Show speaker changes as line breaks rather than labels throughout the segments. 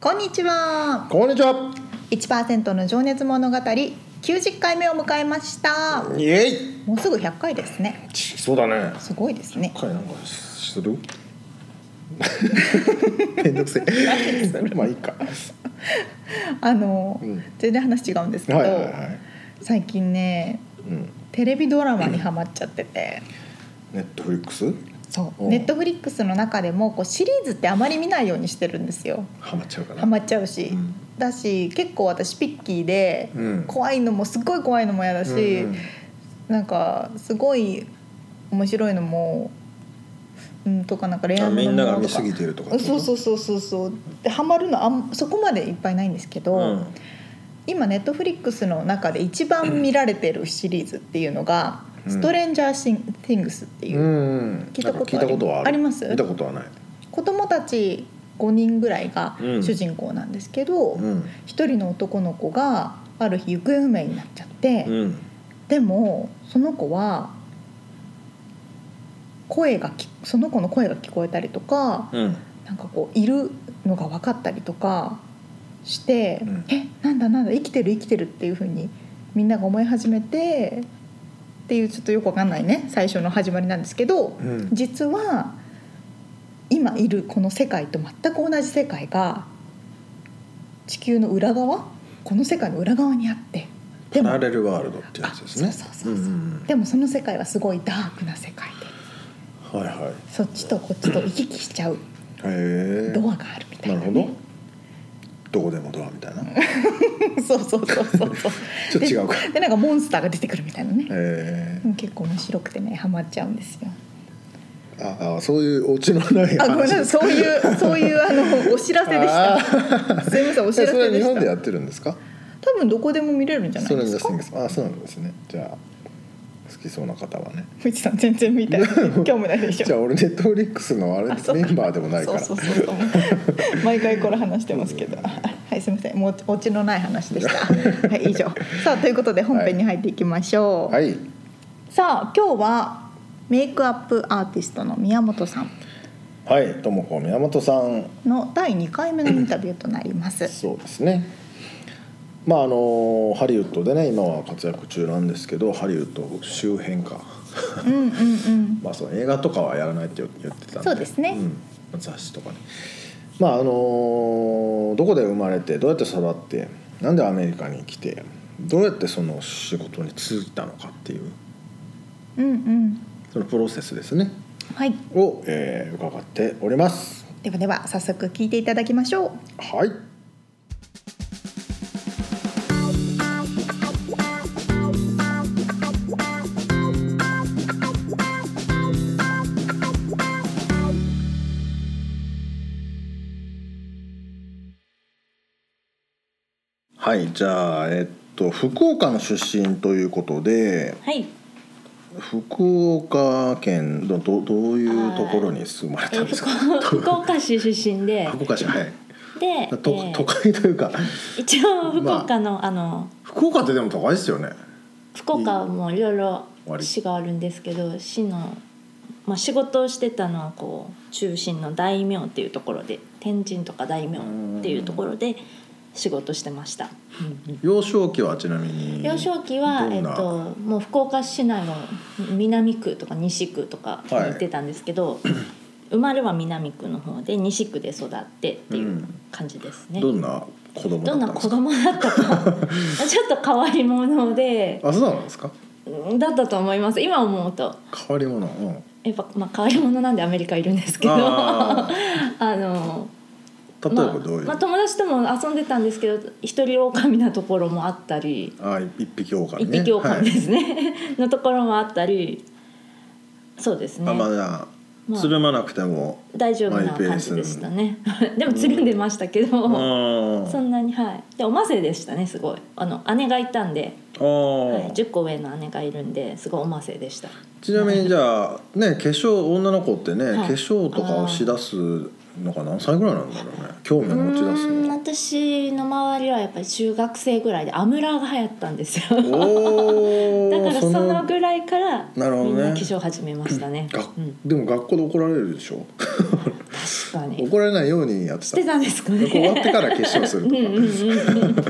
こんにちは
こんにちは。
1%の情熱物語90回目を迎えました
イエイ。
もうすぐ100回ですね
ちそうだね。
すごいですね
かいなんかする。 めんどくせえ。 まあいいか。
あの、
うん
全然話違うんですけど、
はいはいはい。
最近ね
うん。
テレビドラマにハマっちゃってて、
ネットフリックス
そう
うん
ネットフリックスの中でもこうシリーズってあまり見ないようにしてるんですよ
ハマっちゃうかな。
ハマっちゃうし、
うん
だし結構私ピッキーで、
うん
怖いのもすっごい怖いのも嫌だし、
うん
なんかすごい面白いのもうんとかなんか恋
あ
愛
み
も
んな
の
が
もの
見
とか
すぎてるとか。
そうそうそうそうそうでハマるのあんそこまでいっぱいないんですけど、
うん。
今ネットフリックスの中で一番見られてるシリーズっていうのが「
うん
ストレンジャー・シン・ティングス」っていう、
うん。
聞いたことある
なんか聞いたことはある。
あります
見たことはない。
子供たち5人ぐらいが
うん
主人公なんですけど、
うん。
一人の男の子がある日行方不明になっちゃって、
うん。
でもその子は声がきその子の声が聞こえたりとか、
うん。
なんかこういるのが分かったりとかして「
うん
えなんだなんだ生きてる生きてる」っていうふうにみんなが思い始めてっていうちょっとよくわかんないね最初の始まりなんですけど、
うん
実は今いるこの世界と全く同じ世界が地球の裏側この世界の裏側にあってで
パ
も
ラレルワールドってやつですね。
あそうそうそうそうん
ん
でもその世界はすごいダークな世界で
うん。はいはい。へ
そっちとこっちと行き来しちゃう
え。
ドアがあるみたい
な
な、
る
ね
ほど。どこでもドアみ たいな。
そうそうそうそうそう
ちょっと違うか。
ででなんかモンスターが出てくるみたいなね、
え
うん結構面白くてねハマっちゃうんですよ
えああそういうオチのない話
あごめんなさいそういう そういうあのお知らせでした
た
すいませんお知ら
それ
せ
は
で
日本
し
で
た
やってるんですか
多分どこでも見れるんじゃな
そ
い
れ
で
ですす
か
あそうなんですねじゃあ好きそうな方はね
藤さん全然見 たい興味ないでし
じゃ
ょ
あ俺ネットフリックスのあれ
あそう
メンバーでもないから
そうそう そうそう毎回これ話してますけどあはいすいませんもうオチのない話でした はい以上さあということで本編に入っていきましょう、
はい
さあ今日はメイクアップアーティストの宮本さん
はいともこ宮本さん
の第2回目のインタビューとなり ます。
そうですねまああのハリウッドでね今は活躍中なんですけどハリウッド周辺か
うんうんうん。
まあ、その映画とかはやらないって言ってたんで
そうですね
うん雑誌とかねまああのーどこで生まれてどうやって育ってなんでアメリカに来てどうやってその仕事に就いたのかっていう
うんうん。
そのプロセスですね
はい。
を、えー伺っております
ではでは早速聞いていただきましょう。
はいはいじゃあえっと福岡の出身ということで
はい。
福岡県のどどういうところに住まれたんですか
福岡市出身で
あ福岡市はい
で、
と
えー
都会というか
一応福岡の、あ、の
福岡ってでも都会ですよね
福岡もいろいろ
割
市があるんですけど市の、まあ、仕事をしてたのはこう中心の大名っていうところで天神とか大名っていうところで仕事してました。
幼少期はちなみに
幼少期は、
ど
え
ん
っ
な
と、もう福岡市内の南区とか西区とかに行ってたんです けど、生まれは南区の方で西区で育ってっていう感じですね。
どんな子供だ
ど
っ
ん
た
な
で
ん子
すか
供だったかちょっと変わり者で
あそうなんですか
だったと思います今思うと
変わり者うん
やっぱ、まあ、変わり者なんでアメリカいるんですけど
あ
あの
例えばどういう、
まあまあ、友達とも遊んでたんですけど一人狼なところもあったり
あー一匹狼
一
ね
匹狼で
はい
すね、のところもあったりそうですね、
あまあじゃあ、
まあ
つるまなくても
大丈夫な感じでしたね でもつるんでましたけど、
うん
そんなにはいでおませでしたねすごいあの姉がいたんで、
あー
はい、10個上の姉がいるんですごいおませでした
ちなみにじゃあね化粧女の子ってね、
はい
化粧とかをしだすのが何歳ぐらいなんだろうね興味を持ち出す
うー ん
の
私の周りはやっぱり中学生ぐらいでアムラーが流行ったんですよ
お
だ
ー
からそのぐらいから
なるほどね
みんな化粧始めましたね、
が
うん、
でも学校で怒られるでしょ
確かに
怒られないようにやって
したてたんですかね
学校終わってから化粧すると
うん
か
うんうんうん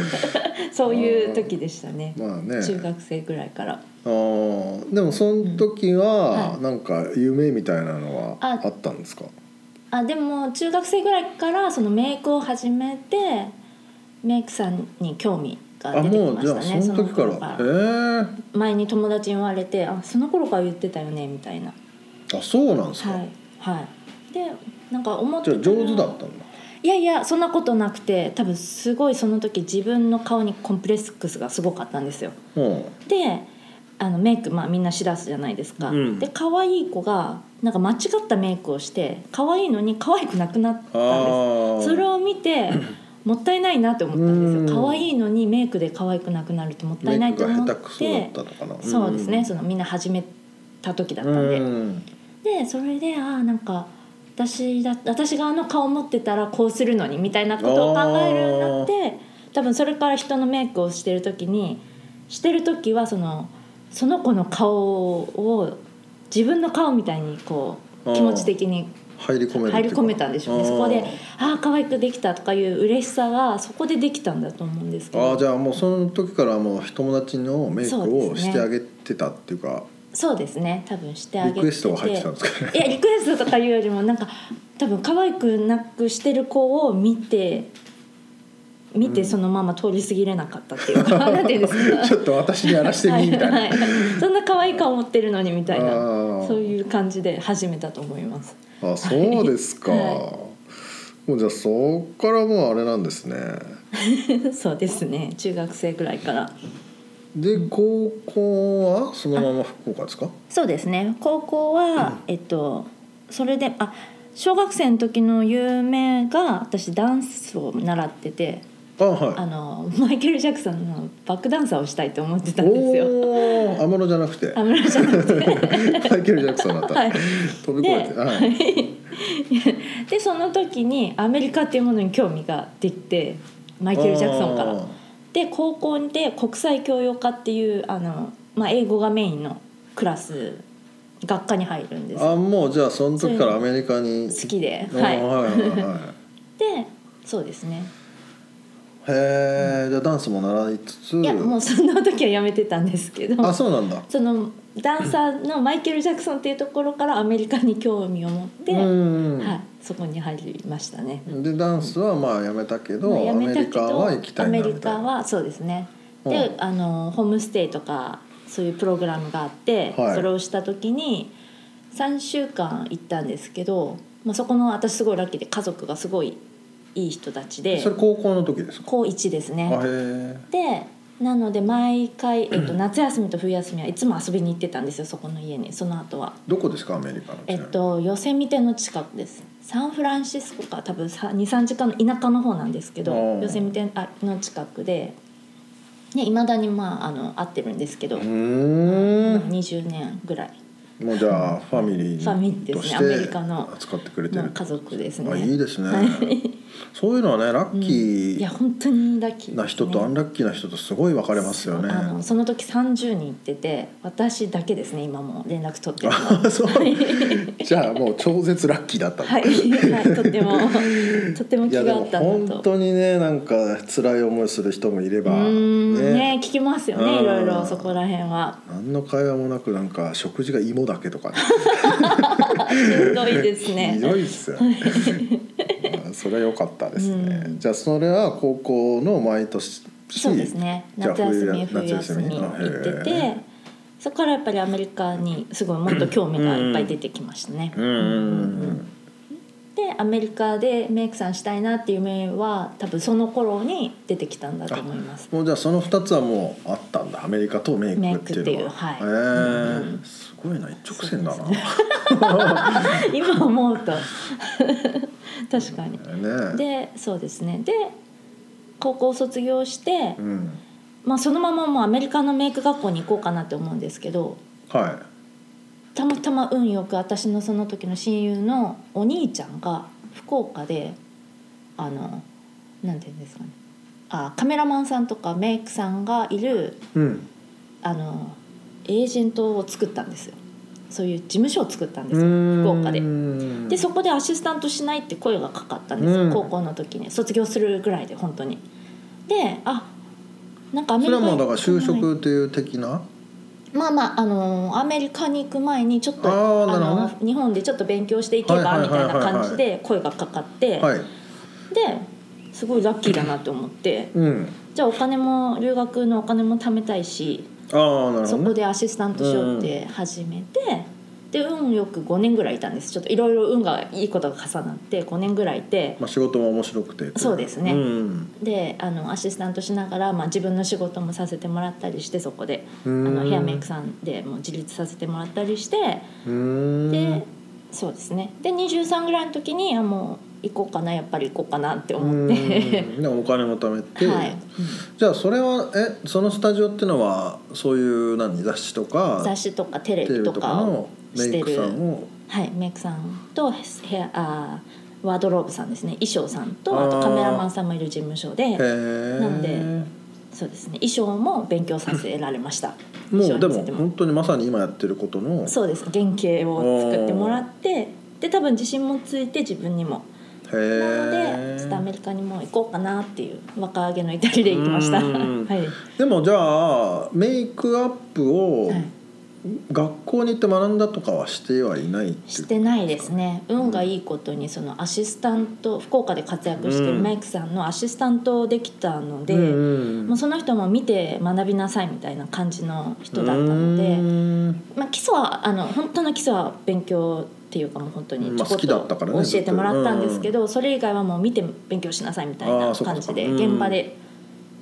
そういう時でしたね
まあね
中学生ぐらいから
あーでもその時
うんは
はいなんか夢みたいなのはあったんですか、
あでも中学生ぐらいからそのメイクを始めてメイクさんに興味
あ
が出てき
も
ま
うじ
し
ゃ
た
あ
ね
その時から
頃
え
前に友達に言われて「あその頃から言ってたよね」みたいな
えあそうなんですか、
はいはいでなんか思って
じゃあ
たの
上手だったんだ
いやいやそんなことなくて多分すごいその時自分の顔にコンプレックスがすごかったんですよ
うん
であのメイク、まあ、みんなしだすじゃないですか、
うん
で可愛い子がなんか間違ったメイクをして可愛いのに可愛くなくなったん
あ
です
ー
それを見てもったいないなって思ったんです
う
よ
ん
可愛いのにメイクで可愛くなくなるってもった
メ
いな
イ
い
ク
と
が
思
下
っ
手くそだってたのかな
そうですねそのみんな始めた時だったんで、
うん
でそれでああなんか私だ私があの顔持ってたらこうするのにみたいなことを考えるようになって多分それから人のメイクをしてる時にしてる時はそのその子の顔を自分の顔みたいにこ
あ
う
ー
気持ち的に
入り込める
入り込めたんでしょうねそこで
あ
ああ可愛くできたとかいう嬉しさがそこでできたんだと思うんですけ
ーあー
ど
じゃあもうその時からもう友達のメイク
そうです
を
ね
してあげてたっていうか
そうですね多分してあげ
リ
て
ク
て
エストが入ってたんですかね
いやリクエストとかいうよりもなんか多分可愛くなくしてる子を見て見
う
て
ん
そのまま通り過ぎれなかったっていうか、 なんていうんです か
ちょっと私にやらしてみみたいな、
はいはいそんな可愛い顔持ってるのにみたい
あ
な
ー
そういう感じで始めたと思います
あそうですか、
は
もうじゃあそこからもうあれなんですね
そうですね中学生ぐらいから
で高校はそのまま福岡ですか
そうですね高校は、えっとそれであ小学生の時の夢が私ダンスを習ってて
あはい
あのマイケル・ジャクソンのバックダンサーをしたいと思ってたんですよ。
おお安室じゃなくて
安室じゃなくて、
マイケル・ジャクソンだった、
はい、
飛び越えて、
で
はい、
でその時にアメリカっていうものに興味ができてマイケル・ジャクソンか
あ
ら。で高校で国際教養科っていうあの、まあ、英語がメインのクラス学科に入るんです
ーあもうじゃあその時からアメリカに
好きで、
あー
は
はい
い、
はいはい
でそうですね
へえ、じゃあダンスも習いつつ
いやもうその時はやめてたんですけど
あそうなんだ
そのダンサーのマイケル・ジャクソンっていうところからアメリカに興味を持って、
うん、
はい、そこに入りましたね。
でダンスはまあやめたけど,、
まあやめ
アメ
たけ
リカ
ど
は行きたい
ア
な
メ
みたい
リカはそうですね。
うん
で、あのホームステイとかそういうプログラムがあって、
はい
それをした時に3週間行ったんですけど、まあ、そこの私すごいラッキーで家族がすごいいい人たちで
それ高校の時ですか
高1です
あ
ね。
へえ
でなので毎回、えっと、夏休みと冬休みはいつも遊びに行ってたんですよそこの家にその後は。
どこですかアメリカの
えっと、ヨセミテの近くですサンフランシスコか多分23時間の田舎の方なんですけ
あ
ど
ー
ヨセミテあの近くでいまだに、まあ、あの会ってるんですけど、
う
もう
ーん
20年ぐらい
もうじゃあファミリ
ファミリー
ー
です
と
ね
し
アメリ
て
カの
扱ってくれて
もう
る
家族ですね
あいいですね、
はい
そういうのはねラッ
い
キ
や本当にラッキ
ー
ーですね
な人とアンラッキーな人とすごい分かれますよね
そうあのその時30人行ってて私だけですね今も連絡取ってる のは
あそうじゃあもう超絶ラッキーだったの
はい、はい、とってもとっても
い
気
やで
が
も
合ったん
本
だと
当にねなんか辛い思いする人もいれ
う
ば
んね聞きますよね
うん
いろいろそこら辺は
何の会話もなくなんか食事が芋だけとかね、
しんどいです
ひ
ね。
どいっすよねまあ それは良かったですね、
うん
じゃあそれは高校の毎年
そうですね。
じゃあ
夏休
冬
み冬休み
夏休み
行って
へ
て、そこからやっぱりアメリカにすごいもっと興味がいっぱい出てきましたね。
うんうん
でアメリカでメイクさんしたいなっていう夢は多分その頃に出てきたんだと思い ます。
もうじゃあその2つはもうあったんだアメリカとメイクっていうのは
メイクっていう
へ
は
え
い
すごいな一直線だな
そう
ね
今思うと 確かに。
え
でそうですねで高校を卒業して
う、ん
まあ、そのままもうアメリカのメイク学校に行こうかなって思うんですけど
は
たまたま運よく私のその時の親友のお兄ちゃんが福岡であのなんて言うんですかねあカメラマンさんとかメイクさんがいる
いうん
あのエージェントを作ったんですよそういう事務所を作ったんですよ
福
福岡ででそ
こ
こでアシスタントしないって声がかかったんですよ、
うん
高校の時に卒業するぐらいで本当にであなんかアメ
そ
リ
れ
カ
はもうだから就
行く前
職という的な
まあまあ、あのーアメリカに行く前にちょっと
あー
あ
なるほど
の
ね
ー日本でちょっと勉強していけば
はいは
み
いは
た
い
い
はい
な
はい
感じで声がかかって、
はい
ですごいラッキーだなと思って
うん
じゃあお金も留学のお金も貯めたいし
ああなるほ
そ
ど
こ
ね
でアシスタントしようって始めて、で運よく5年ぐらいいたんですちょっといろいろ運がいいことが重なって5年ぐらいいて
まあ仕事も面白くて
そうですね
うん
であのアシスタントしながら、まあ、自分の仕事もさせてもらったりしてそこで
あ
あのヘアメイク
さ
さんでもう自立させてもらったりして。
ん
でそうですねで23ぐらいの時にあもう行こうかなやっぱり行こうかなって思って
うんでお金も貯めて、
はい、
じゃあそれはえそのスタジオっていうのはそういう何雑誌とか
雑誌とかテレ
テレ
ビ
ビ
と
とか
かを
のメイクさんを
はい、メイクさんとヘアあーワードローブさんですね衣装さんと
あー
あとカメラマンさんもいる事務所
へ
で
え
なんでそうですね衣装も勉強させられ ました
もうで
衣装につ
も
いて
本当にまさに今やってることの
そうです原型を作ってもらってで多分自信もついて自分にも
へえ
なのでちょっとアメリカにも行こうかなっていう若揚げの至りで行きました は
うん
い
でもじゃあメイクアップを
はい
学校に行って学んだとかはしてはいないっていう
してないですね運がいいことにそのアシスタント福岡で活躍して
う
る
ん
メイクさんのアシスタントできたので、
うんうん
もうその人も見て学びなさいみたいな感じの人だったので、
うん
まあ、基礎はあの本当の基礎は勉強っていうかもう本当に
ま
ち
あ
ょこ
好
っ
きだった
と
から
教
ね
えてもらったんですけど、それ以外はもう見て勉強しなさいみたい
あー
な
そっか
感じで
そっかうん
現場で、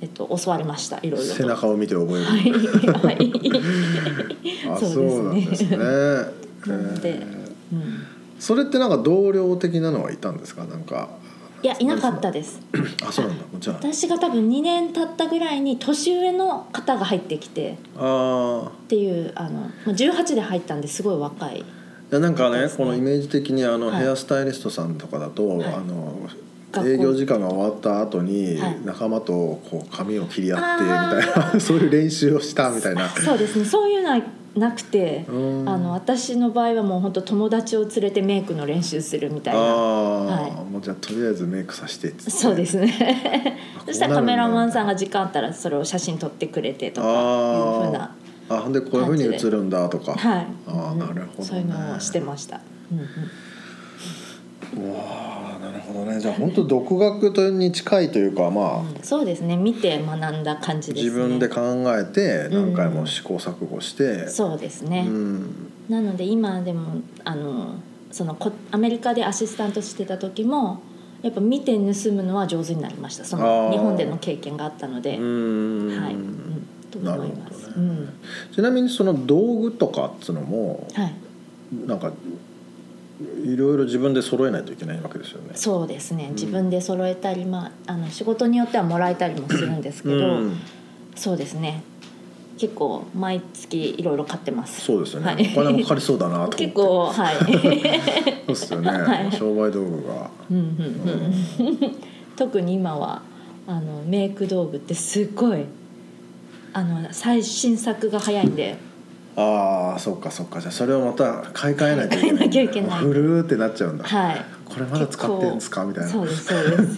えっと、教わりましたいろいろ と。
背中を見て覚える
はい、はい、
あ
そうで
そ
すね
うなんです ね
なので
へえ
うん
それってなんか同僚的なのはいたんですかなんか
いやいなかったです
あそうなんだじゃあ
私が多分2年経ったぐらいに年上の方が入ってきて
あ
っていうあのまあ18で入ったんですごい若い
ーいやなんかね
ですね
このイメージ的にあの
はい
ヘアスタイリストさんとかだと、
はい
あの
学校
営業時間が終わった後に
はい
仲間とこう髪を切り合ってみ
あー
たいな そういう練習をしたみたいな。
そうですねそういうのはなくて
う、ん
あの私の場合はもう本当友達を連れてメイクの練習するみたいな
あー
は
もうじゃあとりあえずメイクさせてっつって
そうですね
あこうなるんだ
そしたらカメラマンさんが時間あったらそれを写真撮ってくれてとかいうふうな
あーあほんでこういうふうに映るんだとか
はい
あーなるほど、ね、
そういうのをしてました、うんうん
うわあなるほどねじゃあ本当独学とに近いというかまあ、
うんそうですね見て学んだ感じですね
自分で考えて何回も試行錯誤して、
そうです
う
ね、
ん
なので今でもあのそのこアメリカでアシスタントしてた時もやっぱ見て盗むのは上手になりましたそ
あー
の日本での経験があったので、
うん
はい、うん、と
なる
思
ほ
い
どね
ます、うん
ちなみにその道具とかっつうのも
はい、
なんかいろいろ自分で揃えないといけないわけですよね。
そうですね
ん
自分で揃えたり、まあ、あの仕事によってはもらえたりもするんですけど、
うん、
そうですね結構毎月いろいろ買ってます
そうですよね、
はい
お金もかかりそうだ なと思って
結構はい
そうですよね、
はい
商売道具が
うんうんうん特に今はあのメイク道具ってすごいあの最新作が早いんで
ああそっかそっかじゃあそれをまた買い替えないといけない
買い替えなきゃいけない
ふるーってなっちゃうんだ、
はい
これまだ使ってんですかみたいな
そうですそうです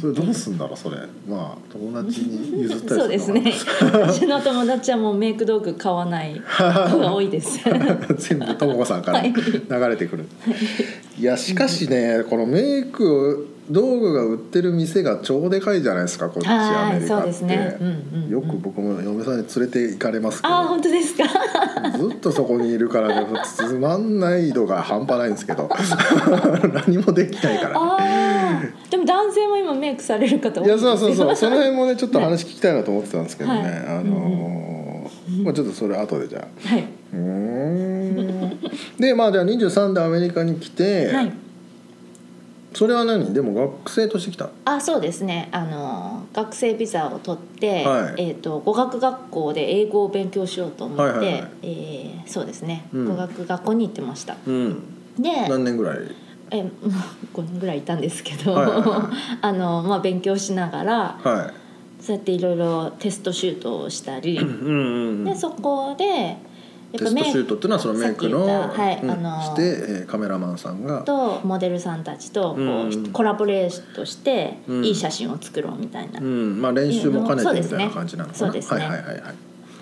それどうすんだろうそれまあ友達に譲ったり
そ
るのかな
うですね私の友達はもうメイク道具買わない子が多いです
全部ともこさんから
はい
流れてくる、い、やしかしねこのメイク道具が売ってる店が超でかいじゃないですかこっちア
は
メ
い
リ
そう
カ
で
っ
すね
て
うんうんうん
よく僕も嫁さんに連れて行かれますけ
ああ
ど
本当ですか
ずっとそこにいるからねつまんない度が半端ないんですけど 何もできないからね。
ああでも男性も今メイクされる方多
いや
です
そうそうそうその
は
辺もねちょっと話聞きたいなと思ってたんですけどね、
はい
あのーまあ、ちょっとそれ後でじゃあ
いう
ーんでまあじゃあ23でアメリカに来て、
はい
それは何でも学生として来た
あそうですねあの学生ビザを取って、
はい
えー、と語学学校で英語を勉強しようと思って、
はいはいはい
えーそうですね、
うん
語学学校に行ってました
うん
で
何年ぐらい
え5年ぐらいいたんですけど、
はいはいは
あのまあ、勉強しながら
は
そうやっていろいろテストシュートをしたり、
いうんうん
でそこでや
テストシュートっていうのはそのメイクの、
さっき言ったはい
うん
あの
して、えーカメラマンさんが
とモデルさんたちとこう、
うん
コラボレーションとして
うん
いい写真を作ろうみたいな
うんまあ、練習も兼ね
そう
てみ
です
たい
ね
な感じなのかな、
そうですね
はいはいはいはい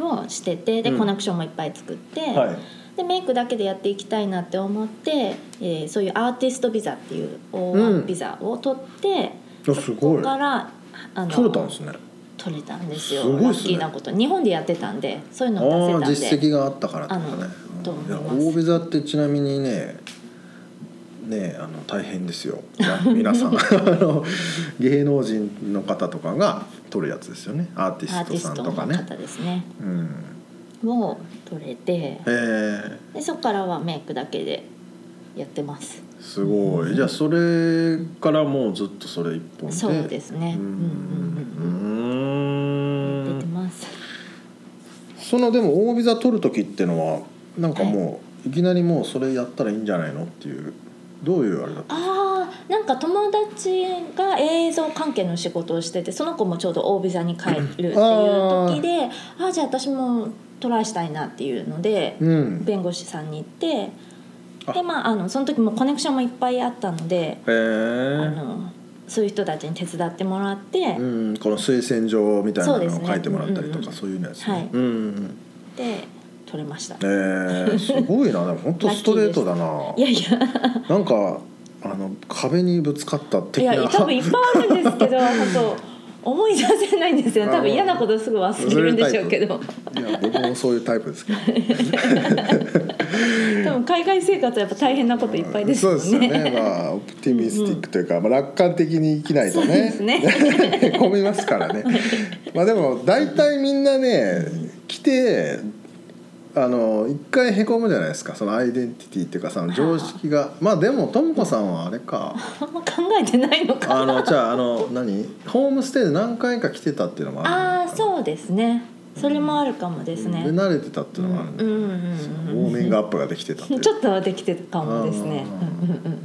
のをしててで、
うん
コネクションもいっぱい作って、
はい
でメイクだけでやっていきたいなって思って、えーそういうアーティストビザっていう
う
O1
ん
ビザを取って、
あすごい
からあの
取れたんですね
取れたんですよ
すごいっ
ラ
す
ッ
ね
キーなこと日本でやってたんでそういう
ああ
のを
ー
出せた
実
んで
績があったからってことね
あのと思い
いや
ます
大ビザってちなみにねねあの大変ですよいや皆 さんあの芸能人の方とかが取るやつですよねアーティス
アーテ
ト
ィ
さ
ス
ん
ト
と
の
かね
方ですね
うん
を取れて
えー、
でそこからはメイクだけでやってます
すごいじゃあそれからもうずっとそれ一本で
そうですね
う
うんん
うんう
出て
ん
ます
そのでも大ビザ取る時ってのはなんかもういきなりもうそれやったらいいんじゃないのっていうどういうあれだった
あーなんか友達が映像関係の仕事をしててその子もちょうど大ビザに帰るっていう時でああーじゃあ私もトライしたいなっていうので
うん
弁護士さんに行って
あ
でまああのその時もコネクションもいっぱいあったので
へ
あ
え
のそういう人たちに手伝ってもらって、
うん、この推薦状みたいな
そうです
のを
ね
書いてもらったりと
うんう
か
ん
そういうのやつ、
は
ね
い
うんうん
で取れました
えー、すごいなでも本当ストレートだない
やいや
なんかあの壁にぶつかった的
い
な
や多分いっぱいあるんですけ ど本当思い出せないんですよね多分嫌なことすぐ忘れるんでしょうけど
いや僕もそういうタイプですけど
多分海外生活はやっぱ大変なこといっぱいですもんね。
そうですよねまあオプティミスティックというか、まあ、楽観的に生きないと
そうで
ね
すね
へ こみますからねまあでも大体みんなね来てあの一回へこむじゃないですかそのアイデンティティっていうかその常識がまあでもともこさんはあれか
あんま考えてないのか。
あのじゃああの何ホームステイで何回か来てたっていうのもあ
あ
る
あそうですね。それもあるかもで
です
ね。
で慣れてたっていううのもあ
んう
る、
ん
ウ
うん
ォーミングアップができてたって
う
い
ん。
う
ちょっとはできてたかもですね。
あー
うんうんうん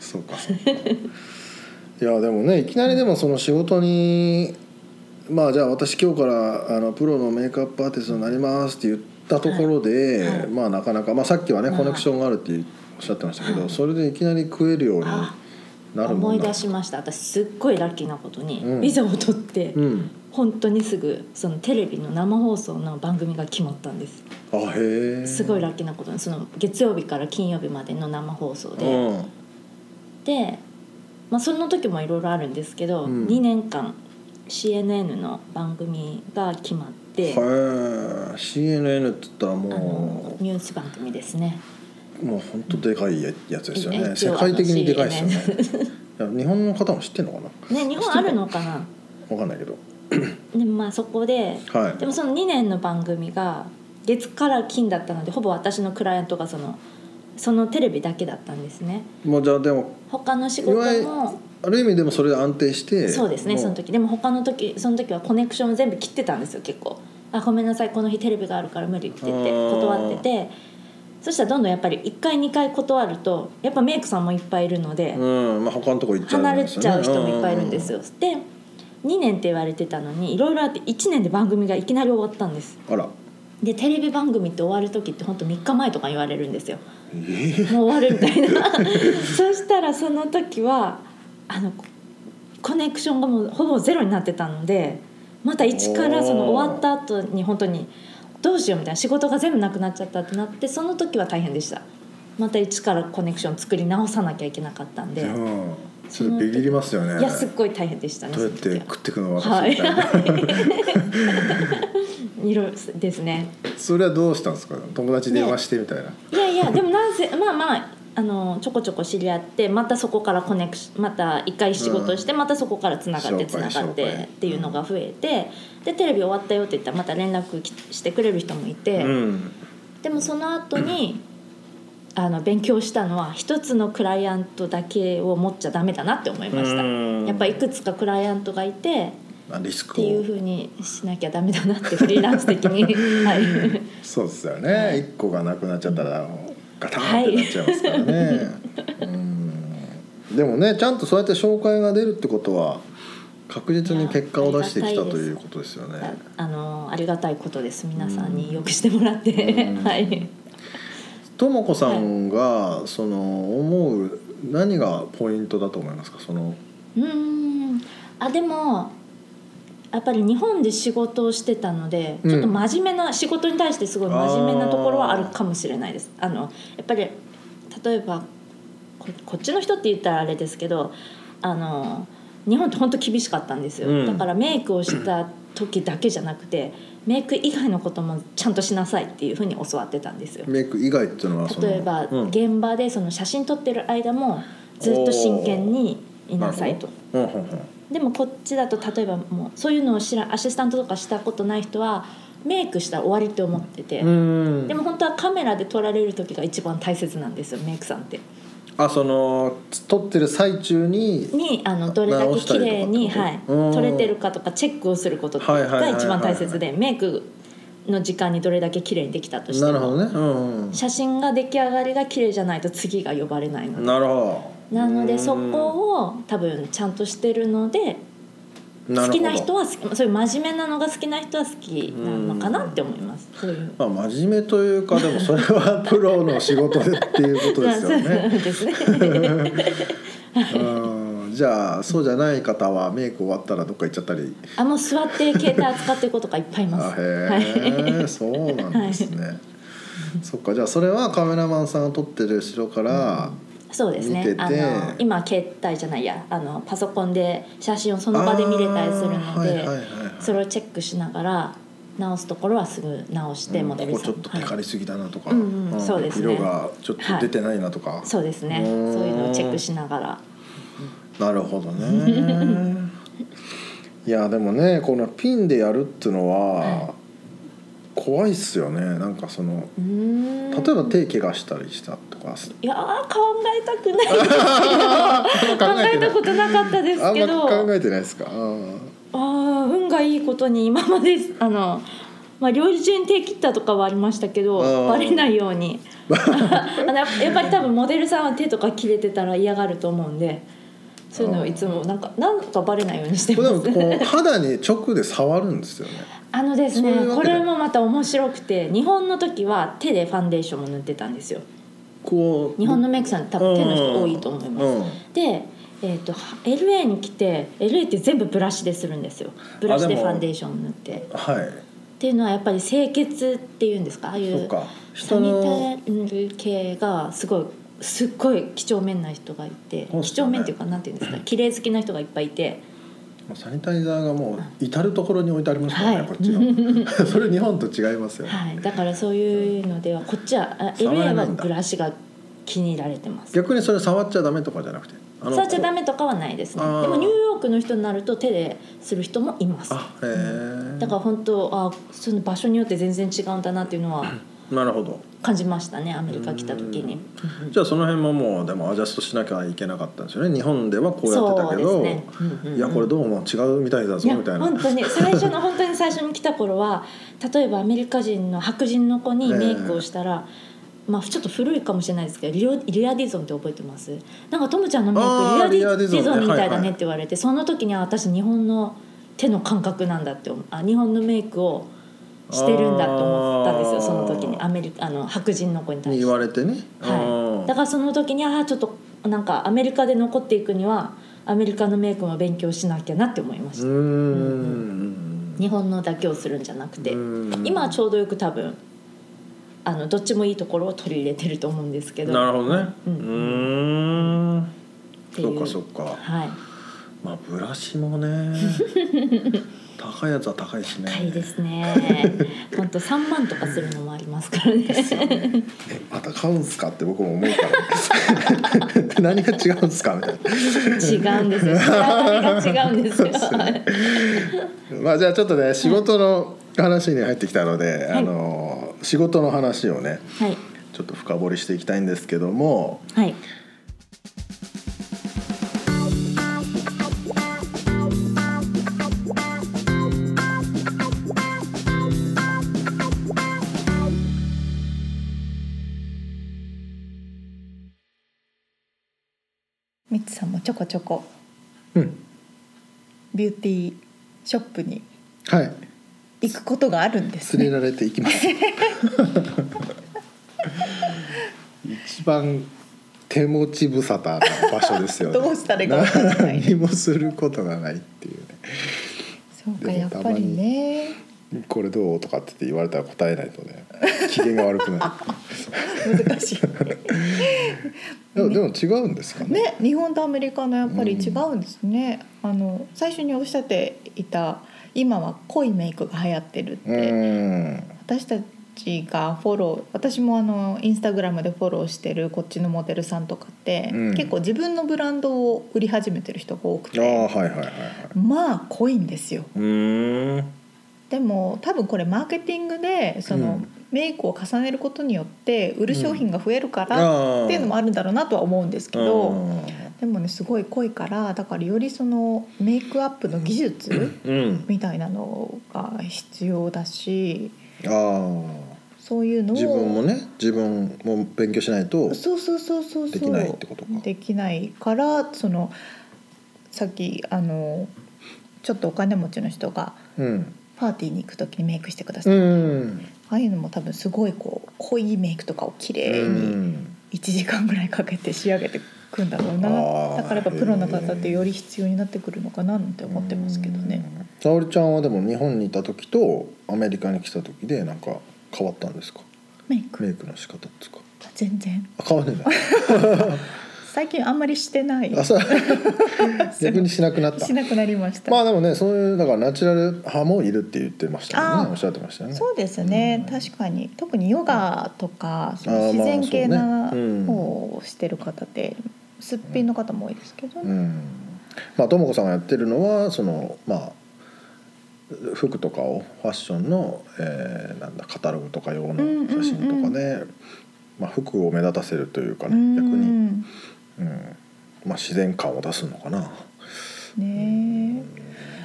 そうか そうかいやでもねいきなりでもその仕事にまあじゃあ私今日からあのプロのメイクアップアーティストになりますって言ったところで、
はいはい
まあなかなか、まあ、さっきはね
まあ
コネクションがあるっておっしゃってましたけど、
はい
それでいきなり食えるように
あ
なるも
思
ん
い
な
出しました私すっごいラッキーなことに、
うん
ビザを取って、
うん
本当にすぐそのテレビの生放送の番組が決まったんです
あへえ
すごいラッキーなことにその月曜日から金曜日までの生放送で、
うん
で、まあ、その時もいろいろあるんですけど、
うん
2年間 CNN の番組が決まって、
へえ CNN って言ったら
あの
も
ニュース番組ですね
うもう本当でかいやつですよ
一応あ
ね
の
世界的にでかいですよね
CNN
いや日本の方も知ってんのかな
ね日本あるのかな
わかんないけど
でまあそこで
はい
でもその2年の番組が月から金だったのでほぼ私のクライアントがそのそのテレビだけだったんですね
もうじゃあでも
他の仕
いわゆ
事
る
も
ある意味でもそれで安定して
そうですね
も
その時でも他の時その時はコネクションを全部切ってたんですよ結構「あごめんなさいこの日テレビがあるから無理」って言って
あー
断っててそしたらどんどんやっぱり1回2回断るとやっぱメイクさんもいっぱいいるので、
うんまあ、他のとこ行っちゃう
離れちゃう人もいっぱいいるんですよ、で2年って言われてたのにいろいろあって1年で番組がいきなり終わったんです
うんうんうんあら
でテレビ番組って終わる時って本当3日前とか言われるんですよ
え
もう終わるみたい なそしたらその時はあのコネクションがもうほぼゼロになってたのでまた一からその
おー
終わった後に本当にどうしようみたいな仕事が全部なくなっちゃったってなってその時は大変でしたまた一からコネクション作り直さなきゃいけなかったん
え
で
うんちょっとビビりますよね
いやすっごい大変でしたね
どうやって
その時は
食っていくの
は
私
い
みたいな、
いろですね
それはどうしたんですか友達に電話してみたいな、
いやいやでもなんせ まあまああのちょこちょこ知り合ってまたそこからコネクシまた一回仕事して、またそこからつながって
紹
つな
介
がっ
紹介
てっていうのが増えて、でテレビ終わったよって言ったらまた連絡きしてくれる人もいて、
うん
でもその後にあの勉強したのは一つのクライアントだけを持っちゃダメだなって思いました。
うん
やっぱいくつかクライアントがいて
あリス
っ
ク
ていう
を
ふうにしなきゃダメだ なってフリーランス的にはい
そうですよ
は
ね
い
一、個がなくなっちゃったらガタンってなっちゃいますからね、うんでもねちゃんとそうやって紹介が出るってことは確実に結果を出してきたということですよね
あのありがたいことです皆さんによくしてもらって
うん
はい
ともこさんがその思う何がポイントだと思いますかその
うーんあでもやっぱり日本で仕事をしてたので、
うん
ちょっと真面目な仕事に対してすごい真面目なところはあるかもしれないですあのやっぱり例えばここっちの人って言ったらあれですけどあの日本って本当厳しかったんですよ、
うん
だからメイクをした時だけじゃなくてメイク以外のこともちゃんとしなさいっていうふうに教わってたんですよ
メイク以外っていうのはその
例えば、
うん
現場でその写真撮ってる間もずっと真剣にいなさいと。
なるほどうんうん
でもこっちだと例えばもうそういうのを知らんアシスタントとかしたことない人はメイクしたら終わりって思ってて、
うんうん
でも本当はカメラで撮られる時が一番大切なんですよメイクさんって。
あその撮ってる最中に
にあのどれだけ綺麗に
直したり
はい
とかってことうん
撮れてるかとかチェックをすること
はいはいはいはい
が
はい
一番大切でメイクの時間にどれだけ綺麗にできたとして
な
も
るほどね、うんうん
写真が出来上がりが綺麗じゃないと次が呼ばれないので
なるほど
なの
う
で
ん
そこを多分ちゃんとしてるので
るほ
好
ど
きな人は好きそういう真面目なのが好きな人は好きなのかなって思います。そういう
まあ真面目というかでもそれはプロの仕事でっていうことですよね。
そうですね
うんじゃあそうじゃない方はメイク終わったらどっか行っちゃったり。
あもう座って携帯扱ってる子とかいっぱいいま
あ
す。は
へえそうなんですね。そっかじゃあそれはカメラマンさんが撮ってる後ろから、
そうですね
見てて
あの今携帯じゃないやあのパソコンで写真をその場で見れたりする
あー
ので、
はいはいはいはい
それをチェックしながら直すところはすぐ直して
うん
モデル
ここ
さ
ちょっ
ん、
とテカ
はい
りすぎだなとか、
はいうんうん
ん
そうですね
色がちょっと出てないなとか、
そうですね
うん
そういうのをチェックしながら
なるほど ねいやでもねこのピンでやるっていうの
は
は怖いっすよねなんかその
うーん
例えば手怪我したりしたとかす
いやー考えた くないですけど考えたことなかったです
あん
け
ま
ど
考えてないですかあー
あー運がいいことに今まであの、まあ、料理中に手切ったとかはありましたけど
あー
バレないよう にあのやっぱやっぱり多分モデルさんは手とか切れてたら嫌がると思うんでそういうのをいつもなんかなんかバレないようにして
これ
ま
でも
す。
こう肌に直で触るんですよね
あのです
そうい
ね
うわ
こ
けで
れもまた面白くて日本の時は手でファンデーションも塗ってたんですよ
こう
日本のメイクさん多分手の人多いと思います、
うん
で、えー、とは LA に来て LA って全部ブラシでするんですよブラシで
あで
フ
も
ァンデーション塗って。
はい
っていうのはやっぱり清潔っていうんですかああい
そっ
う
か
サ
人
ニ
の
タリー系がすごいすっごい几帳面な人がいて
そうっすよね
几帳面っていうかなんていうんですか綺麗好きな人がいっぱいいて
サニタイザーがもう至る所に置いてありますからね、
はい
こっちの それ日本と違いますよね、
はいだからそういうのではこっちはあ
触ら
LA
な
はい
んだ
ブラシが気に入られてます
逆にそれ触っちゃダメとかじゃなくてあの
触っちゃダメとかはないですね
あー
でもニューヨークの人になると手でする人もいます
あへえ
だから本当あその場所によって全然違うんだなっていうの は
なるほど
感じましたねアメリカ来た時に
じゃあその辺ももうでもアジャストしなきゃいけなかったんですよね日本ではこうやってたけど、
そうですねうんうんうん
いやこれどうも違うみたいだ
い
ぞ
や
みたいな
本当に最初の 本当に最初に来た頃は例えばアメリカ人の白人の子にメイクをしたら、まあちょっと古いかもしれないですけどリオリア・ディゾンって覚えてますなんかトムちゃんのメイ
あー
クリア・
リ
ディ
アディ
ゾ
ゾン
ン
ね
みたいだ
はいは
ね
い
って言われて、その時にあ私日本の手の感覚なんだって思うあ日本のメイクをしてるんだと思ったんです
あー
よその時にアメリカあの白人の子に対して
言。われてね、
はい、
か
だからその時にああちょっとなんかアメリカで残っていくにはアメリカのメイクも勉強しなきゃなって思いま
う
し
ー
た、
ん
日本の妥協するんじゃなくて、
うん
今はちょうどよく多分あのどっちもいいところを取り入れてると思うんですけど
なるほどねう
うん
ーん
ってい
そっ
う
かそっか
はい
まあブラシも ね高いやつは高いしね
高いですね本当3万とかするのもありますから
ですよ
ね
ねえまた買うんすかって僕も思うから、 ね、何が違うんすかみたい
違うんですよ仕上がりが違うんです
そ
よ
うですなまあじゃあちょっとね仕事の話に入ってきたので、
はい
あの仕事の話をね
はい
ちょっと深掘りしていきたいんですけども
はい
みつさんもちょこちょこ
うん
ビューティーショップに
はい
行くことがあるんです
連れ
ね
られていきます一番手持ち無沙汰な場所ですよね
どうしたらいいか分から ない
何もすることがないっていう
そう
で
か
も
やっぱりね
ねこれどうとかって言われたら答えないとね機嫌が悪くな
難し
るでもでも違うんですか
い
ね
ね日本とアメリカのやっぱり違うんですね、あの最初におっしゃっていた今は濃いメイクが流行ってるって、
うん
私たちがフォロー私もあのインスタグラムでフォローしてるこっちのモデルさんとかって、
うん
結構自分のブランドを売り始めてる人が多く
ああはい
て
はいはいはい
まあ濃いんですよ
うーん
でも多分これマーケティングでその、
うん
メイクを重ねることによって売る商品が増えるから、
あ
っていうのも
あ
あるんだろうなとは思うんですけど、
うん
でもねすごい濃いからだからよりそのメイクアップの技術
うん
みたいなのが必要だし
ああ
そういうのを
自分もね自分も勉強しないと
そうそうそうそうそう
できないってことか
できないからそのさっきあのちょっとお金持ちの人が
うん
パーティーに行く時にメイクしてくださ
う
い、
ん
ああいうのも多分すごいこう濃いメイクとかを綺麗に1時間ぐらいかけて仕上げてくんだろうな、
あー
だからやっぱプロの方ってより必要になってくるのかななんて思ってますけどね。
うん沙織ちゃんはでも日本にいた時とアメリカに来た時でなんか変わったんですか
メイク
メイクの仕方ですか
全然
あ変わんねえんだ
最近あんまりしてない
あそう逆にしなくなった
しなくなりました、
まあでもねそういうだからナチュラル派もいるって言ってましたもん
あー
ねおっしゃってましたよね
そうですね、
うん
確かに特にヨガとか、その
あー
自
まあ
然系な
そうねうん
方をしてる方って、すっぴんの方も多いですけど、ね
うんまあとも子さんがやってるのはそのまあ服とかをファッションの、えーなんだカタログとか用の写真とかで、まあ、服を目立たせるというかね
うん
逆に、うんまあ、自然感を出すのかな。
ね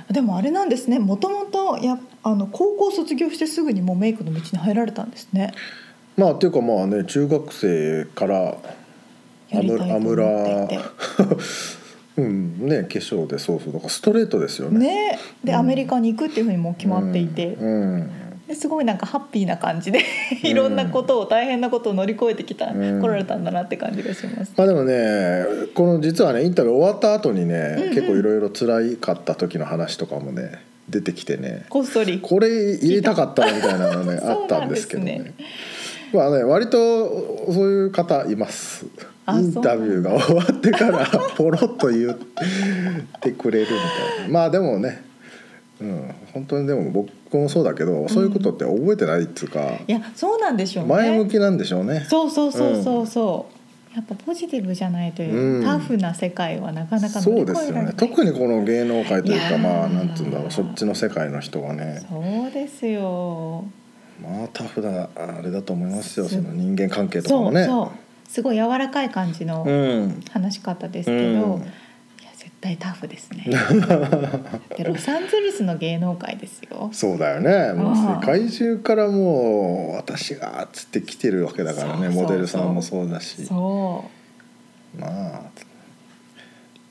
えでもあれなんですねもともとやあの高校卒業してすぐにもうメイクの道に入られたんですね
まあっていうかまあね中学生から
やりたいと
ア
思
ム
っ
ラ
ていて。
うんね化粧でそうそうだからストレートですよね。
ね、で、
うん
アメリカに行くっていうふうにもう決まっていて、
うんうん
ですごいなんかハッピーな感じで
うん
いろんなことを大変なことを乗り越えてきた、
うん
来られたんだなって感じがします。
まあでもねこの実はねインタビュー終わった後にね、
んうん
結構いろいろ辛いかった時の話とかもね出てきてね
こっそり
これ入れたかったなみたいなのね
そうなんですね
あったんですけどねまあね割とそういう方います
あ
インタビューが終わって からポロッと言ってくれるみたいなまあでもねうん本当にでも僕もそうだけどそういうことって覚えてないっていうか、
いやそうなんでしょうね
前向きなんでしょうね。
そうそうそうそうそう、やっぱポジティブじゃないという、
うん
タフな世界はなかなか乗り
そう
越
で
えられ
すよ
ない
ね特にこの芸能界という
いや
か
ー
まあなんて言うんだろうそっちの世界の人はね
そうですよ
まあタフだあれだと思いますよ
そう
その人間関係とか
そ
も
う
ね
そうすごい柔らかい感じの
ん
話し方です
う
けど、
ん
いや絶対タフです ねでロサンゼルスの芸能界ですよ
そうだよねもう
ああ
世界中からもう私がっつって来てるわけだからね
そうそうそう
モデルさんもそうだし
そ
まあ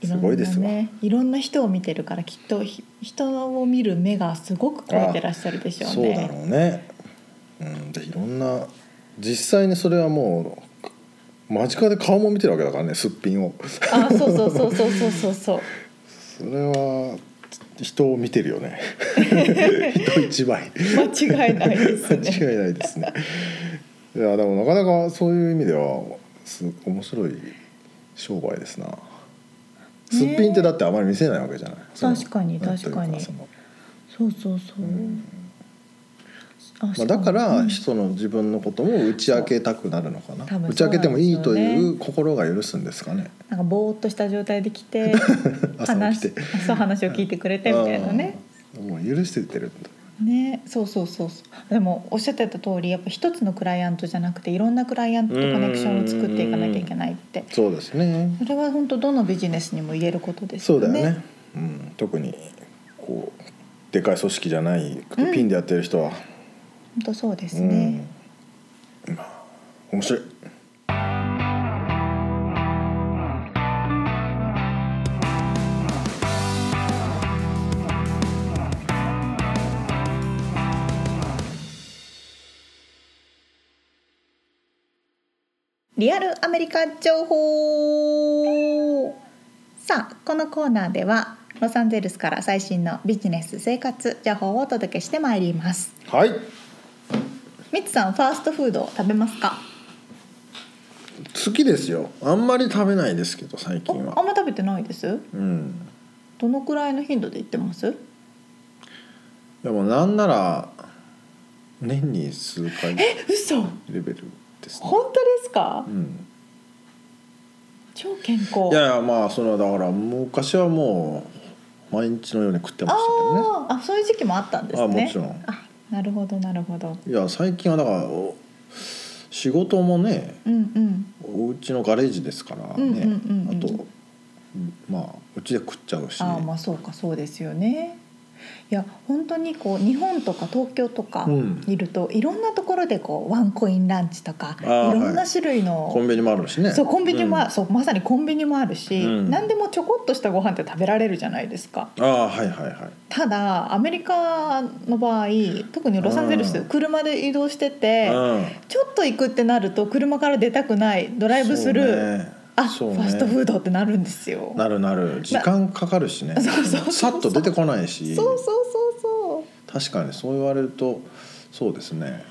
う
すごいですわ
いろんなねいろんな人を見てるからきっとひ人を見る目がすごく超えてらっしゃるでしょうね
そうだろうねうんでいろんな実際にそれはもう間近で顔も見てるわけだからねすっぴんを。
あそうそうそうそうそうそうそう
それは人を見てるよ ね人一倍
間違いないですね
間違いないですねいやでもなかなかそういう意味ではす面白い商売ですなすっぴんってだってあまり見せないわけじゃないその
確かに
なんていう
確かに
その
そうそうそう、あ
ま
そ
あ、
う
だから
うん
人の自分のことも打ち明けたくなるのかな
多分
打ち明けてもいい
そう
と
なんですよね
いう心が許すんですかね
なんかぼーっとした状態で来て
朝起き
話
て
そう話を聞いてくれてみたいなね
うんもう許してってる
ねそうそうそうそうでもおっしゃってた通りやっぱ一つのクライアントじゃなくていろんなクライアントとコネクションを作っていかなきゃいけないって
そうですね
それは本当どのビジネスにも言えることです
そ
よ
うだよね
ね。
うん、特にこうでかい組織じゃないくて
うん
ピンでやってる人は、
本当そうです
うん
ね。
まあ面白い
リアルアメリカ情報さあこのコーナーではロサンゼルスから最新のビジネス生活情報をお届けしてまいります
はい
ミツさんファーストフード食べますか
好きですよあんまり食べないですけど最
お
近
あん
は
ま食べてないです
うん
どのくらいの頻度で行ってます
でもなんなら年に数回
嘘
レベルですね、
本当ですか
うん、
超健康
いやいやまあそれはだから昔はもう毎日のように食ってま
あ
したけどね
ーあそういう時期もあったんですね
あもちろん
あなるほどなるほど
いや最近はだからお仕事もね
うんうん
お家のガレージですからね、
うんうんうんうん
あとまあうちで食っちゃうし、
あーまあそうかそうですよねいや本当にこう日本とか東京とか
うん
いると、いろんなところでこうワンコインランチとかい
あー
ろんな種類の、
コンビニもあるしね
そうコンビニもあ、
る、
そうまさにコンビニもあるし、
うん
何でもちょこっとしたご飯って食べられるじゃないですか
うんああはいはいはい
ただアメリカの場合特にロサンゼルス
うん
車で移動してて
うん
ちょっと行くってなると車から出たくないドライブスル
そ
ー、
うね
あ、
そうね
ファストフードってなるんですよ
なるなる時間かかるしね
そうそうそう
さっと出てこないし
そうそうそうそう
確かにそう言われるとそうですね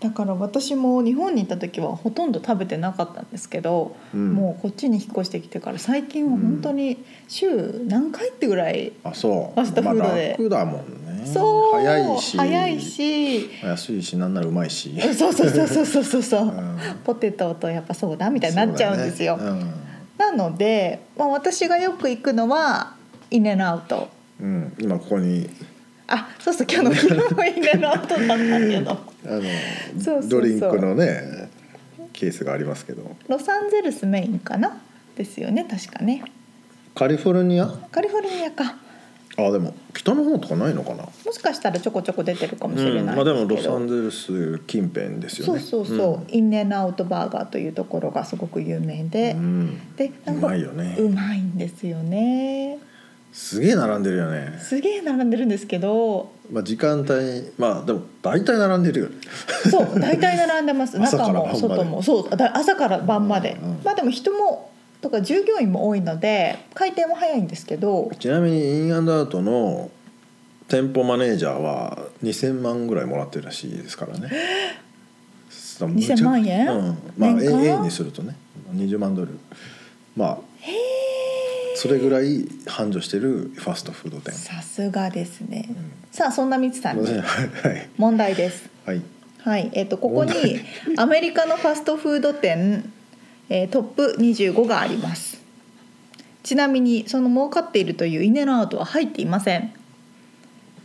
だから私も日本にいた時はほとんど食べてなかったんですけど、
うん
もうこっちに引っ越してきてから最近は本当に週何回ってぐらい、
あそう
ファストフードで
まあ、楽だもんね
そう
早いし
早いし
安いしなんならうまいし、
うんそうそうそうそうそうそう そう、
ん
ポテトとやっぱそうだみたいになっちゃうんですよ。
そうだね
なので、まあ、私がよく行くのはインンアウト
うんうん今ここに
あそうそう今日の昼もインンアウトだったけど
あの
そうそうそう
ドリンクのねケースがありますけど
ロサンゼルスメインかなですよね確かね
カリフォルニアあ
カリフォルニアか
でも北の方とかないのかな
もしかしたらちょこちょこ出てるかもしれ
うん
ない
まあ、でも
です
ロ
け
サ
ど、
ンゼルス近辺ですよ
そう
ね
そうそう、インンアウトバーガーというところがすごく有名で、
うん
で
う
なんか
まいよね
うまいんですよね
すげえ並んでるよね、
すげえ並んでるんですけど
まあ、時間帯まあでも大体並んでるよね
そう 大体並んでます
朝から
中も
晩まで
外もそうだ朝から晩まで、
うんうん
まあでも人もとか従業員も多いので回転も早いんですけど
ちなみにインアンドアウトの店舗マネージャーは2000万ぐらいもらってるらしいですからね
2000万円
うん、まあ
年間
AA にするとね20万ドルまあそれぐらい繁盛してるファストフード店
さすがですね、
ん
さあそんなみつさんに
はい
問題です
はい
はい、えっとここに
問題
アメリカのファストフード店、えートップ25がありますちなみにその儲かっているというイネラートは入っていません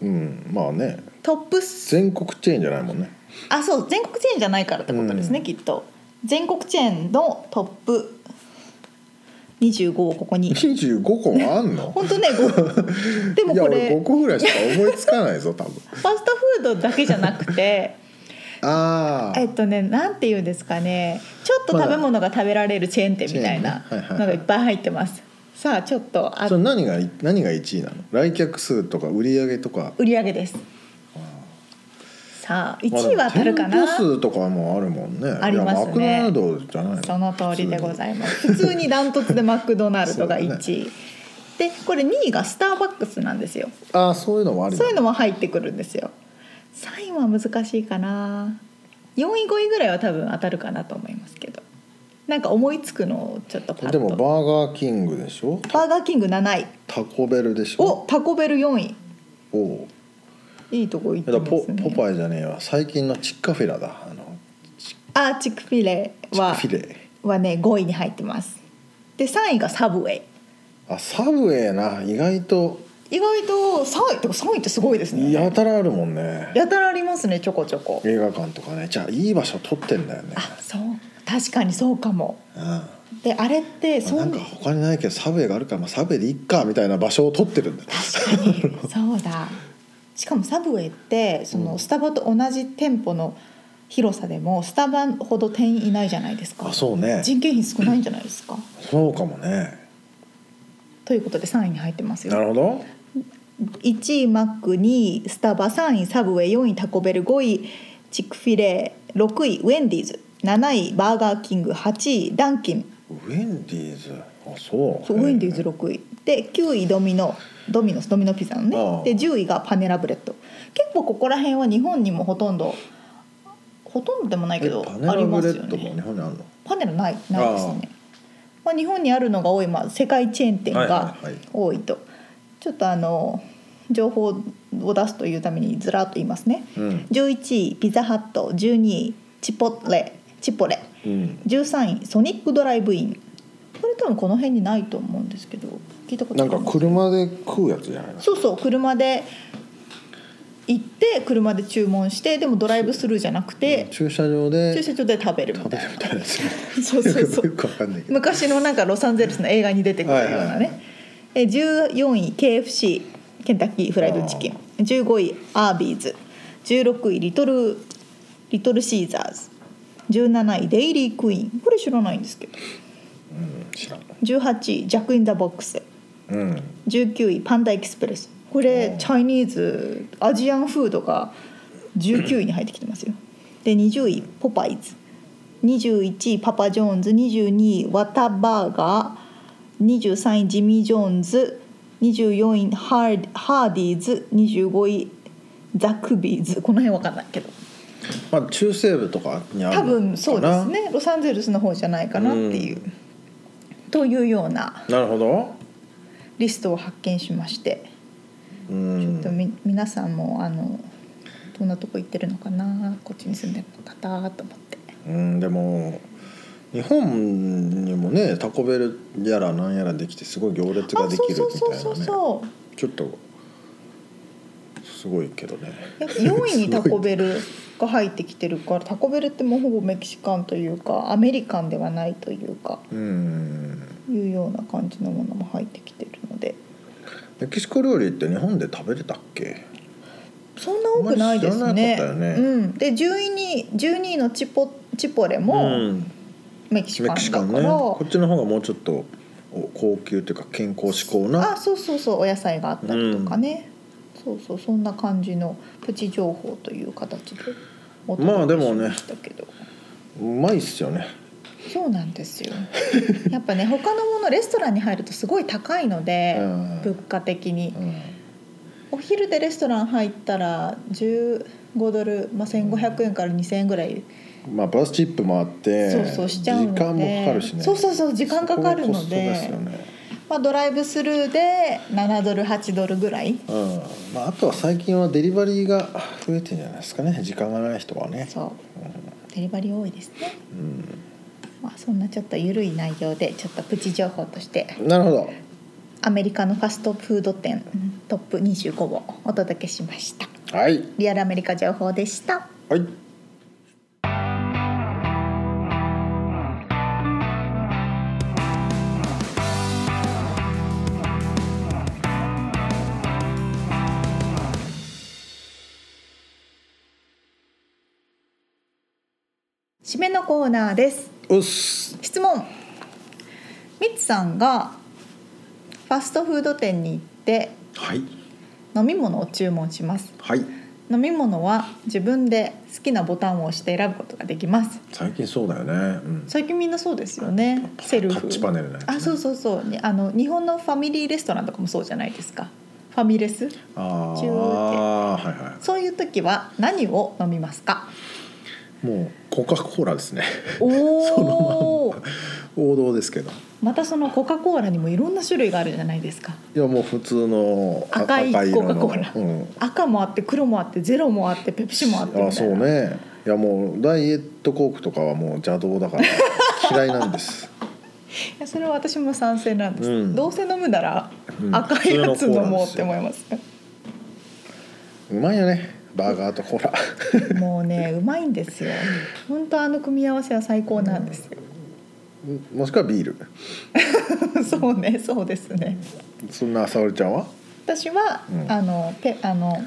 うんまあね
トップス
全国チェーンじゃないもんね
あそう全国チェーンじゃないからってことですね、
うん
きっと全国チェーンのトップ25をここに
25個もあんの
本当ね ごでも
いや
こ
俺
れ
5
フ
個ぐらいしか思いつかない ぞ多分
ァストフードだけじゃなくて
ああ
えっとねなんていうんですかねちょっと食べ物が食べられるチェーン店みたいな
チェーンねはいはいはい
のがいっぱい入ってますさあちょっとあ
それ何が何が1位なの来客数とか売り上げとか
売り上げですさあ
まあ
1位は当たるか
でも
な
店舗数とかもあるもんね
ありますね
いやマクドナルドじゃないの
その通りでご
い
ざいます普通にダントツでマクドナルドが
そうだ
1
ね
位、でこれ2位がスターバックスなんですよ
ますああそういうのもあり
そういうのも入ってくるんですよ3位は難しいかな4位5位ぐらいは多分当たるかなと思いますけどなんか思いつくのをちょっとパッ
で
と
もバーガーキングでしょ
バーガーキング7位
タコベルでし
お
ょ
タコベル4位
おお
いいとこ行って
だから
ま
ポ
すね
ポパイじゃねえわ最近のチッカフィラだあの
あチックフィレ
チッ
は
カフィレ
はね5位に入ってますで3位がサブウェイ
あサブウェイな意外と
意外と3位とか3位ってすごいですね
やたらあるもんね
やたらありますねちょこちょこ
映画館とかねじゃあいい場所取ってんだよね
あそう確かにそうかも
うんま
であれって
あ
そ
なん
ん
か他にないけどサブウェイがあるから、まあ、サブウェイでいっかみたいな場所を取ってるんだよ
確か にそうだしかもサブウェイってそのスタバと同じ店舗の広さでもスタバほど店員いないじゃないですか
あそうね
人件費少ないんじゃないですか
そうかもね
ということで3位に入ってます
な
よ
るほど
1位マック2位スタバ3位サブウェイ4位タコベル5位チックフィレ6位ウェンディーズ7位バーガーキング8位ダンキン
ウェンディーズあそう
そうウェンディーズ
へえ
6位で9位ドミノドミノスドミノピザのね
ああ
で10位がパネラブレッド結構ここら辺は日本にもほとんどほとんどでもないけ
え
ど
パネ
あり
ラ
ま
ブレ
すよ
ッドも日
ね
本にあるの
パネルないないですねまあ、日本にあるのが多い、まあ、世界チェーン店が
はいはいはい
多いと、ちょっとあの情報を出すというためにずらっと言いますね、
うん
11位ピザハット12位チポレチポレ
うん
13位ソニックドライブインこれ多分この辺にないと思うんですけど聞いたこと
な
あ
ん
りま
か
す
車で食うやつじゃないの
そうそう車で行って車で注文してでもドライブスルーじゃなくて
駐車場で
駐車場で食べるみ
食べ
たい
る
な
みたいなや つ
そうそうそう
よくわかんないけど
昔のなんかロサンゼルスの映画に出てくるよう
はい
な
はいはい
ねえ14位 KFC ケンタッキーフライドチキン15位アービーズ16位リトルリトルシーザーズ17位デイリークイーンこれ知らないんですけど
うん知らん
18位ジャック・イン・ザ・ボックス
うん
19位パンダエクスプレスこれ
おー
チャイニーズアジアンフードが19位に入ってきてますよで20位ポパイズ21位パパジョーンズ22位ワタバーガー23位ジミー・ジョーンズ24位ハーハーディーズ25位ザクビーズこの辺わかんないけど
まあ中西部とかにある
多分そうです
か
ねロサンゼルスの方じゃないかなっていう、というような
ななるほど
リストを発見しまして。
うん
とみ皆さんもあのどんなとこ行ってるのかなこっちに住んでるのかなと思って
うんでも日本にもねタコベルやらなんやらできてすごい行列が
あ
で
そう
きる
そう
み
そう
たい
そう
なね
そう
ちょっとすごいけどね
やっぱ4位にタコベルが入ってきてる からタコベルってもうほぼメキシカンというかアメリカンではないというか
うん
いうような感じのものも入ってきてるので
メキシコ料理って日本で食べれたっけ
そんな多くないです
あんまり
ね
知らなかったよね
うん、で10位に12位のチポチポレも
ん、
メキシ
メ
カン
キシ
だ
カ
か
ン
ら、
ねこっちの方がもうちょっとお高級というか健康志向
あ
な
そうそうそうお野菜があったりとかね、そうそうそんな感じのプチ情報という形でお届け
まあでもね
ししたけど
うまいっすよね
そうなんですよやっぱね他のものレストランに入るとすごい高いので、
うん
物価的に
う、ん
お昼でレストラン入ったら15ドル、まあ、1500円から2000円ぐらい、
まあバスチップもあって
そうそうしちゃうので
時間もかかるしね
そうそうそう時間かかるので
そこがコストですよね
まあ、ドライブスルーで7ドル8ドルぐらい
うんまあ、あとは最近はデリバリーが増えてんじゃないですかね時間がない人はね
そうデリバリー多いですね
うん、
まあ、そんなちょっと緩い内容でちょっとプチ情報として
なるほど
アメリカのファストフード店トップ25をお届けしました
はい
リアルアメリカ情報でした
はい
締めのコーナーです
うっす
質問ミッツさんがファストフード店に行って
はい
飲み物を注文します
はい
飲み物は自分で好きなボタンを押して選ぶことができます
最近そうだよね、うん、
最近みんなそうですよねセルフ
タッチパネルのやつね
あそうそうそうにあの日本のファミリーレストランとかもそうじゃないですかファミレス
あ
中
ー
継
はいは
そういう時は何 を飲みますか
いもうコカ・コーラですね
おお
ですけど
またそのコカ・コーラにもいろんな種類があるじゃないですか
いやもう普通のあ
赤い
の
コカコー
うん
赤もあって黒もあってゼロもあってペプシもあってみたいな
あそうねいやもうダイエットコークとかはもう邪道 だから嫌いなんです
いやそれは私も賛成なんです、
うん
どうせ飲むなら
うん
赤いやつ飲もうって
普通のコーラですよ
思います、
うまいよねバーガーとコーラ
もうねうまいんですよ本当あの組み合わせは最高なんですよ、
もしくはビール
そうねそうですね
そんな沙織ちゃんは
私は、
うん
あのペあの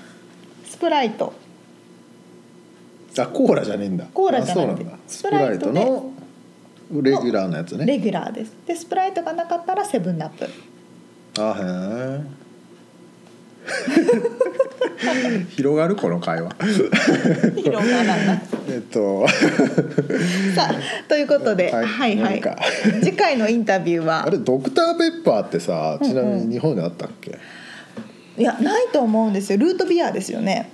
スプライト
あコーラじゃねえんだ
コーラじゃなくて
あそうなんだ
ス
ス
プ
プ
ラ
ラ
イ
イ
ト
ト
で
のレギュラーのやつね
レギュラーですでスプライトがなかったらセブンアッ プ
あへえ 広がるこの会話
広がらない
えっ と
さあということで、は、
はいい
はい
何か
次回のインタビューは
あれドクターペッパーってさちなみに日本であったっけ、
いやないと思うんですよルートビアですよね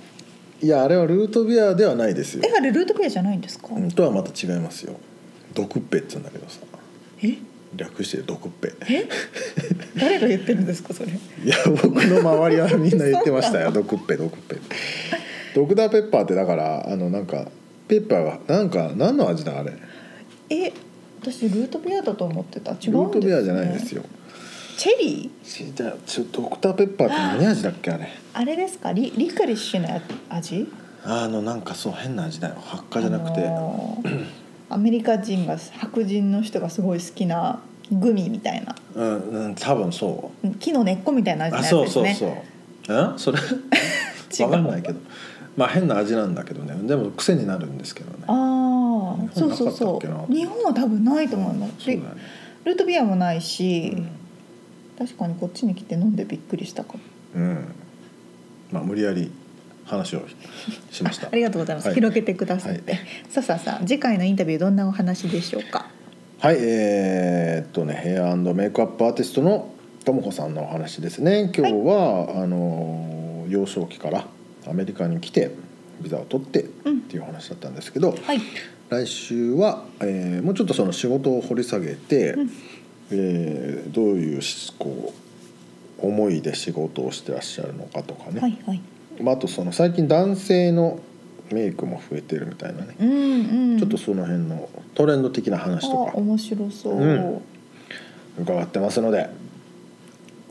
いやあれはルートビアではないですよ
え、あれルートビアじゃないんですか、
うん、とはまた違いますよ毒っぺっつうんだけどさ
え
略して毒っぺ
え 誰が言ってるんですかそれ
いや僕の周りはみんな言ってましたよ毒っぺ毒っぺってドクターペッパーってだからあのなんかペッパーがなんか何の味だあれ
え私ルートビアだと思ってた違
ル
うん
ー
です、ね、
トビアじゃないですよ
チェリー
しじゃあちょドクターペッパーって何味だっけあれ
あれですかリリクリッシュのや味
あのなんかそう変な味だよ発火じゃなくて、
あのーアメリカ人が白人の人がすごい好きなグミみたいな
うんうん多分そ
木の根っこみたいな
う
味の
あ
やつ
そう
です
そう
ね
そう、うん それわかんないけどまあ変な味なんだけどねでも癖になるんですけどね
ああ
日
そ
本
うそ
なかった
う
っけ
そう
な
日本は多分ないと思います、
そうだよね、
ルートビアもないし、
う
確かにこっちに来て飲んでびっくりしたかも
ん、うん、まあ無理やり話をしました
ありがとうございます、
はい
広げてくださって、
はい
さあさあさあ次回のインタビューどんなお話でしょうか
はいえーっとねヘアメイクアップアーティストのともこさんのお話ですね今日は、あの幼少期からアメリカに来てビザを取ってっ
うん
ていう話だったんですけど、
はい
来週は、えーもうちょっとその仕事を掘り下げて、
うん
えーどういうしこう思いで仕事をしてらっしゃるのかとかね、
はいはい
まあ、あとその最近男性のメイクも増えてるみたいなね、
うんうん
ちょっとその辺のトレンド的な話と
あ
か
面白そう、
うん伺ってますので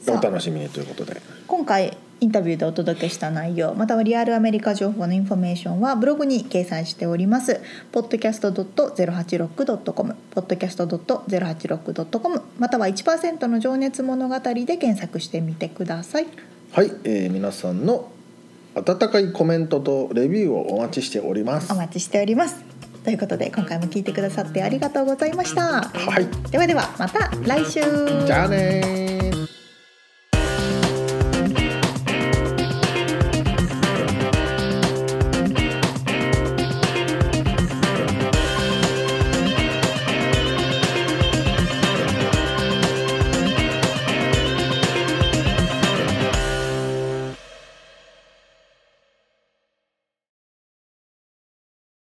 お
さあ
楽しみにということで
今回インタビューでお届けした内容またはリアルアメリカ情報のインフォメーションはブログに掲載しております podcast.086.com podcast.086.com または1%の情熱物語で検索してみてください
はい、えー皆さんの温かいコメントとレビューをお待ちしております
お待ちしておりますということで今回も聞いてくださってありがとうございました
はい
ではではまた来週
じゃあねー